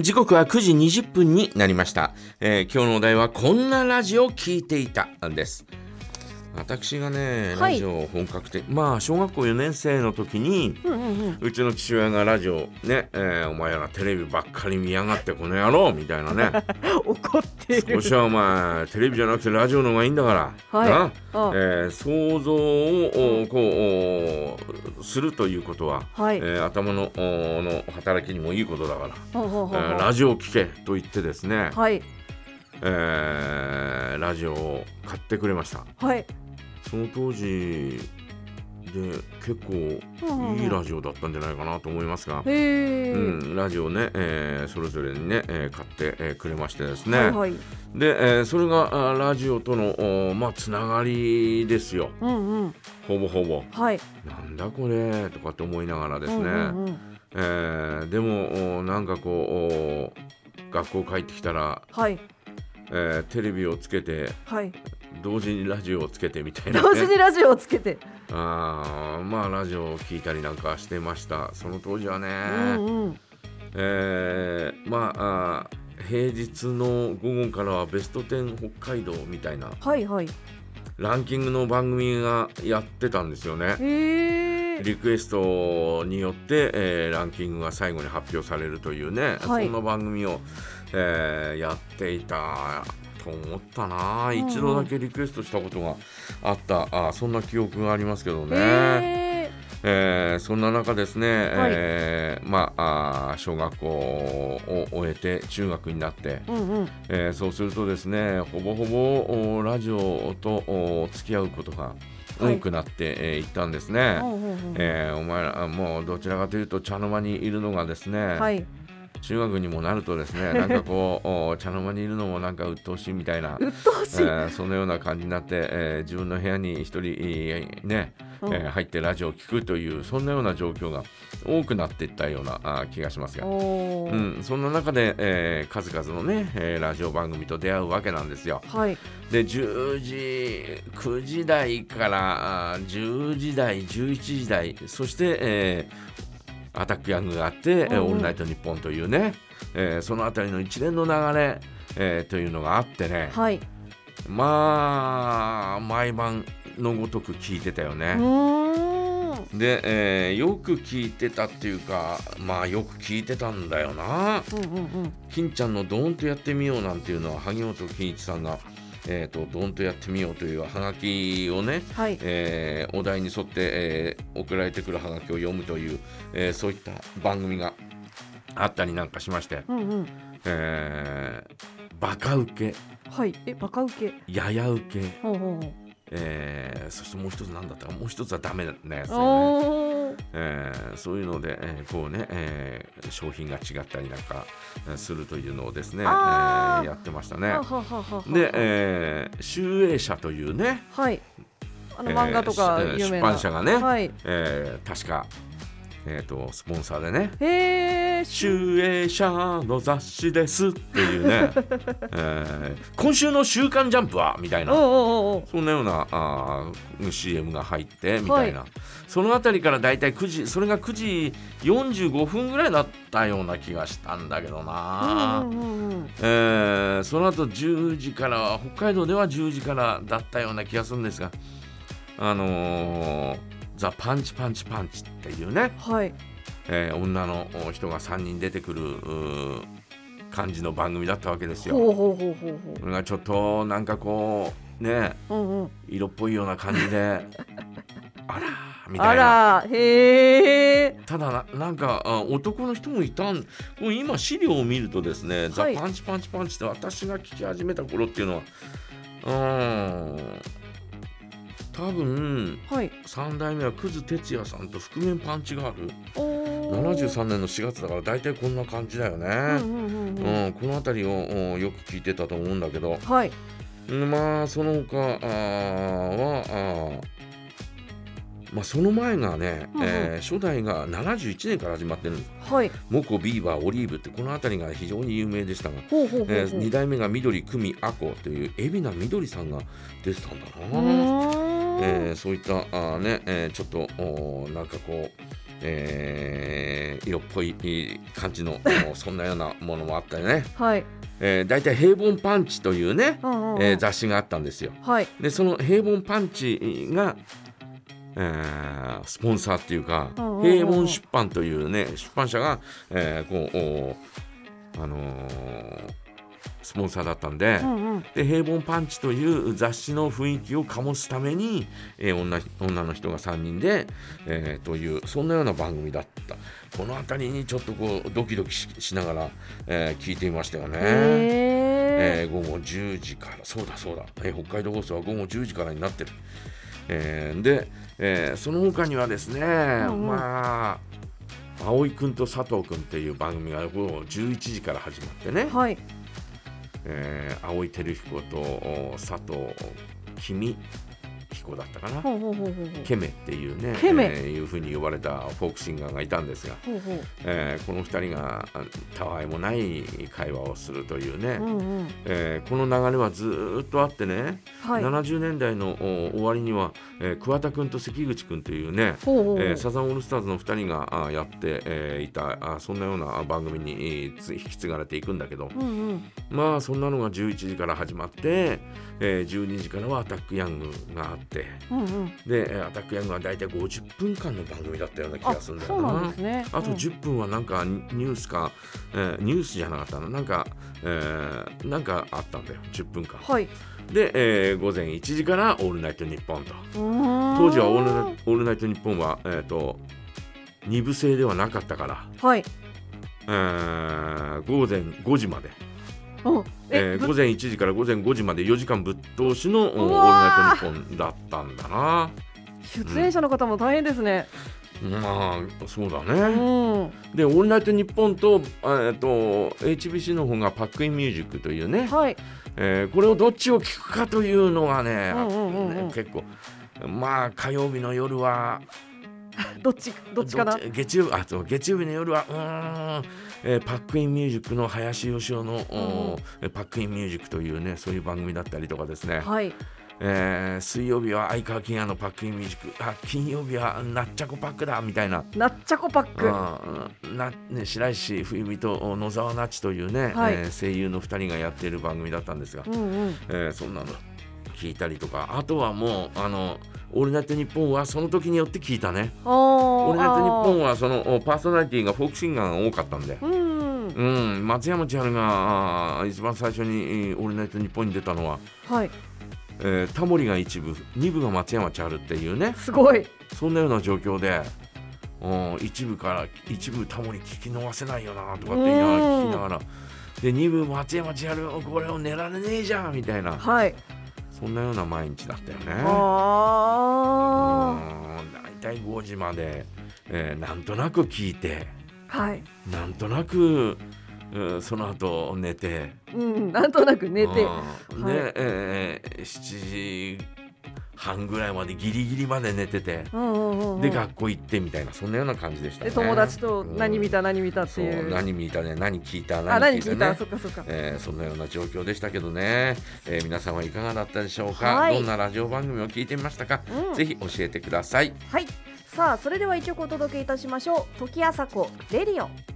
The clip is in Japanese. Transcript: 時刻は9時20分になりました、えー今日のお題はこんなラジオ聞いていたんです私がね、はいラジオを本格的まあ小学校4年生の時にうんうんうん。うちの父親がラジオね、えーお前らテレビばっかり見やがってこの野郎みたいな ね怒ってる。少しはお前テレビじゃなくてラジオの方がいいんだから、はいなあえー想像をおこうおするということは、はいえー頭のおの働きにもいいことだから、ほうほうほうえーほラジオを聞けと言ってですね、うはいえーラジオを買ってくれましたはい。その当時で結構いいラジオだったんじゃないかなと思いますが、へえ。うん、ラジオね、えーそれぞれにね、えー買って、えーくれましてですね、はいはい。で、えーそれがあーラジオとのおーまあつながりですようんうん。ほぼほぼはい。なんだこれとかって思いながらですね、うんうんうんえーでもおーなんかこうおー学校帰ってきたら、はいえーテレビをつけてはい。同時にラジオをつけてみたいな、ね、同時にラジオをつけて。あーまあラジオを聞いたりなんかしてましたその当時はね、うんうん。えーまああー平日の午後からはベスト10北海道みたいなはいはい。ランキングの番組がやってたんですよねへえ。リクエストによって、えーランキングが最後に発表されるというね、はいそんな番組を、えーやっていたと思ったな、んうん一度だけリクエストしたことがあったあーそんな記憶がありますけどね。へえ。えーそんな中ですね、はいえーまああー小学校を終えて中学になって、うんうん。えーそうするとですねほぼほぼおラジオとお付き合うことが多くなってい、えーいったんですね。ほうほうほうえーお前らもうどちらかというと茶の間にいるのがですね、はい。中学にもなるとです ねなんかこうお茶の間にいるのもなんか鬱陶しいみたいな鬱陶しい。えーそのような感じになって、えー自分の部屋に一人、えーねえうんー入ってラジオを聞くというそんなような状況が多くなっていったようなあー気がしますが、おお。うん、そんな中で、えー数々の、ねえーラジオ番組と出会うわけなんですよ。はい。で10時9時台からあー10時台11時台そして、えーアタックヤングがあって、えーうんうんオールナイトニッポンというね、えーそのあたりの一連の流れ、えーというのがあってね、はい。まあ毎晩のごとく聞いてたようね。ーん。で、えーよく聞いてたっていうかまあよく聞いてたんだよな。うんうんうん。金ちゃんの「ドーンとやってみよう」なんていうのは萩本欽一さんが「えー、とドーンとやってみよう」というはがきをね、はい。えーお題に沿って、えー送られてくるはがきを読むという、えーそういった番組があったりなんかしましてうんうん。 「えーバカウケ」はい。え、バカウケ。 「ややウケ」ほうほうほう。えーそしてもう一つ何だったかもう一つはダメなやつだよね、おーえーそういうので、えーこうね、えー商品が違ったりなんかえーするというのをですね、えあーーやってましたねはははははで、えー、集英社というねはい。あの漫画とかえー有名出な。版社がね、はい。えー確か、えー、とスポンサーでねへえ。 「集英社の雑誌です」っていう ね、えー今週の「週刊ジャンプは」みたいおうなおうおうそんなようなあー CM が入ってみたいな、そのあたりからだいたい9時それが9時45分ぐらいだったような気がしたんだけどな。おう。うんうんうんうん。えーその後10時からは北海道では10時からだったような気がするんですがあのーザ・パンチパンチパンチっていうね、はい。えー女の人が3人出てくるうー感じの番組だったわけですよ。ほうこほうほうほうほれがちょっとなんかこうねう。うんうん。色っぽいような感じ であらーみたあいな。ら、へえ。ただななんかあ男の人もいたんこう今資料を見るとですね「はいザ・パンチパンチパンチ」って私が聞き始めた頃っていうのはうーん多分はい。 3代目はクズ哲也さんと覆面パンチガールおお。 73年の4月だから大体こんな感じだようんね。うんううんうん。ん、この辺りをうんよく聞いてたと思うんだけどはい。うんまあその他あーはあー、まあ、その前がね、うんうんえー初代が71年から始まってるんですはい。モコビーバーオリーブってこの辺りが非常に有名でしたが、ほうほうほうほう。え2代目が緑久美アコという海老名みどりさんが出てたんだうな、ーんえーそういったあーね、えーちょっとおーなんかこう、え色っぽいえー感 じのもうそんなようなものもあったよね、はい。えー、大体「平凡パンチ」というね、うんうんうんえー雑誌があったんですよはい。でその「平凡パンチが」えースポンサーっていうかうんうんうん平凡出版というね出版社が、えーこうおあのースポンサーだったんで。うんうん。で「平凡パンチ」という雑誌の雰囲気を醸すために、えー女女の人が3人で、えーというそんなような番組だったこの辺りにちょっとこうドキドキししながら、えー聞いていましたよね。へええ。ー午後10時からそうだそうだ、えー北海道放送は午後10時からになってる、えーで、えーその他にはですね、んうんまあ葵くんと佐藤くんっていう番組が午後11時から始まってね、はい。えー、青井輝彦とお佐藤君彦だったかな。ほうほうほうほうほう。ケメっていうね、ケメえーいうふうに呼ばれたフォークシンガーがいたんですが、ほうほう。えーこの2人があたわいもない会話をするというね、うんうん。えーこの流れはずーっとあってね、はい。 70年代のお終わりには、えー桑田君と関口君というね、ほうほうほう。えーサザンオールスターズの2人があやって、えーいたあそんなような番組にえーつ引き継がれていくんだけど、うんうん。まあそんなのが11時から始まって、えー12時からはアタックヤングがあってうんうん。でえーアタックヤングは大体50分間の番組だったような気あ、がすそるんだような。なんですね。あとうん10分はなんかニニュースか、えーニュースじゃなかったのなんか、えーなんかあったんだよ10分間はい。で、えー午前1時から「オールナイトニッポン」と当当時はオールナイト「オールナイトニッポンは」えーと2部制ではなかったから、はい。えー午前5時までうん。えーぶ午前1時から午前5時まで4時間ぶっ通しの「おオうーわルナイトニッポン」だったんだな出演者の方も大変ですね。まあそうだうねん。で「オールナイトニッポンと」えーと HBC の方が「パックインミュージック」というね、はい。えーこれをどっちを聞くかというのがね,、うんうんうんうんね結構まあ火曜日の夜はどっちどっちかな。月曜あそう月曜日の夜はうーん、えーパックインミュージックの林芳雄の、おーパックインミュージック」というねそういう番組だったりとかですね。はい。えー水曜日は相川欽也のパックインミュージックあ金曜日はなっちゃこパックだみたいななっちゃこパック。あーな、ね、白石冬美と野沢那智というね、はいえー声優の2人がやっている番組だったんですが、うんうん。えーそんなの聞いたりとかあとはもう「あのオールナイトニッポン」はその時によって聞いたね「あオーールナイトニッポン」はそのおパーソナリティがフォークシンガーが多かったんで。あーうん。うん、松山千春があー一番最初にえー「オールナイトニッポン」に出たのは、はい。えータモリが一部二部が松山千春っていうねすごい。そんなような状況で、うん、一部から一部タモリ聞き逃せないよなとかって言いながらうん聞きながら。で2部松山千春これを狙われねえじゃんみたいなはい。そんなような毎日だったよねあうん大体5時まで、えーなんとなく聞いてあ。はい。なんとなく、うんその後寝てうん。なんとなく寝て。うんはいで、えー7時半ぐらいまでギリギリまで寝ててうんうんうんうん。で学校行ってみたいなそんなような感じでしたねで友達と何見た何見たってそういう。何見たね何聞いたあ何聞ねいた。そっかそっか。えーそんなような状況でしたけどね、えー皆さんはいかがだったでしょうか、はいどんなラジオ番組を聞いてみましたか、うんぜひ教えてくださいはい。さあそれでは一曲お届けいたしましょう。時朝子レディオ。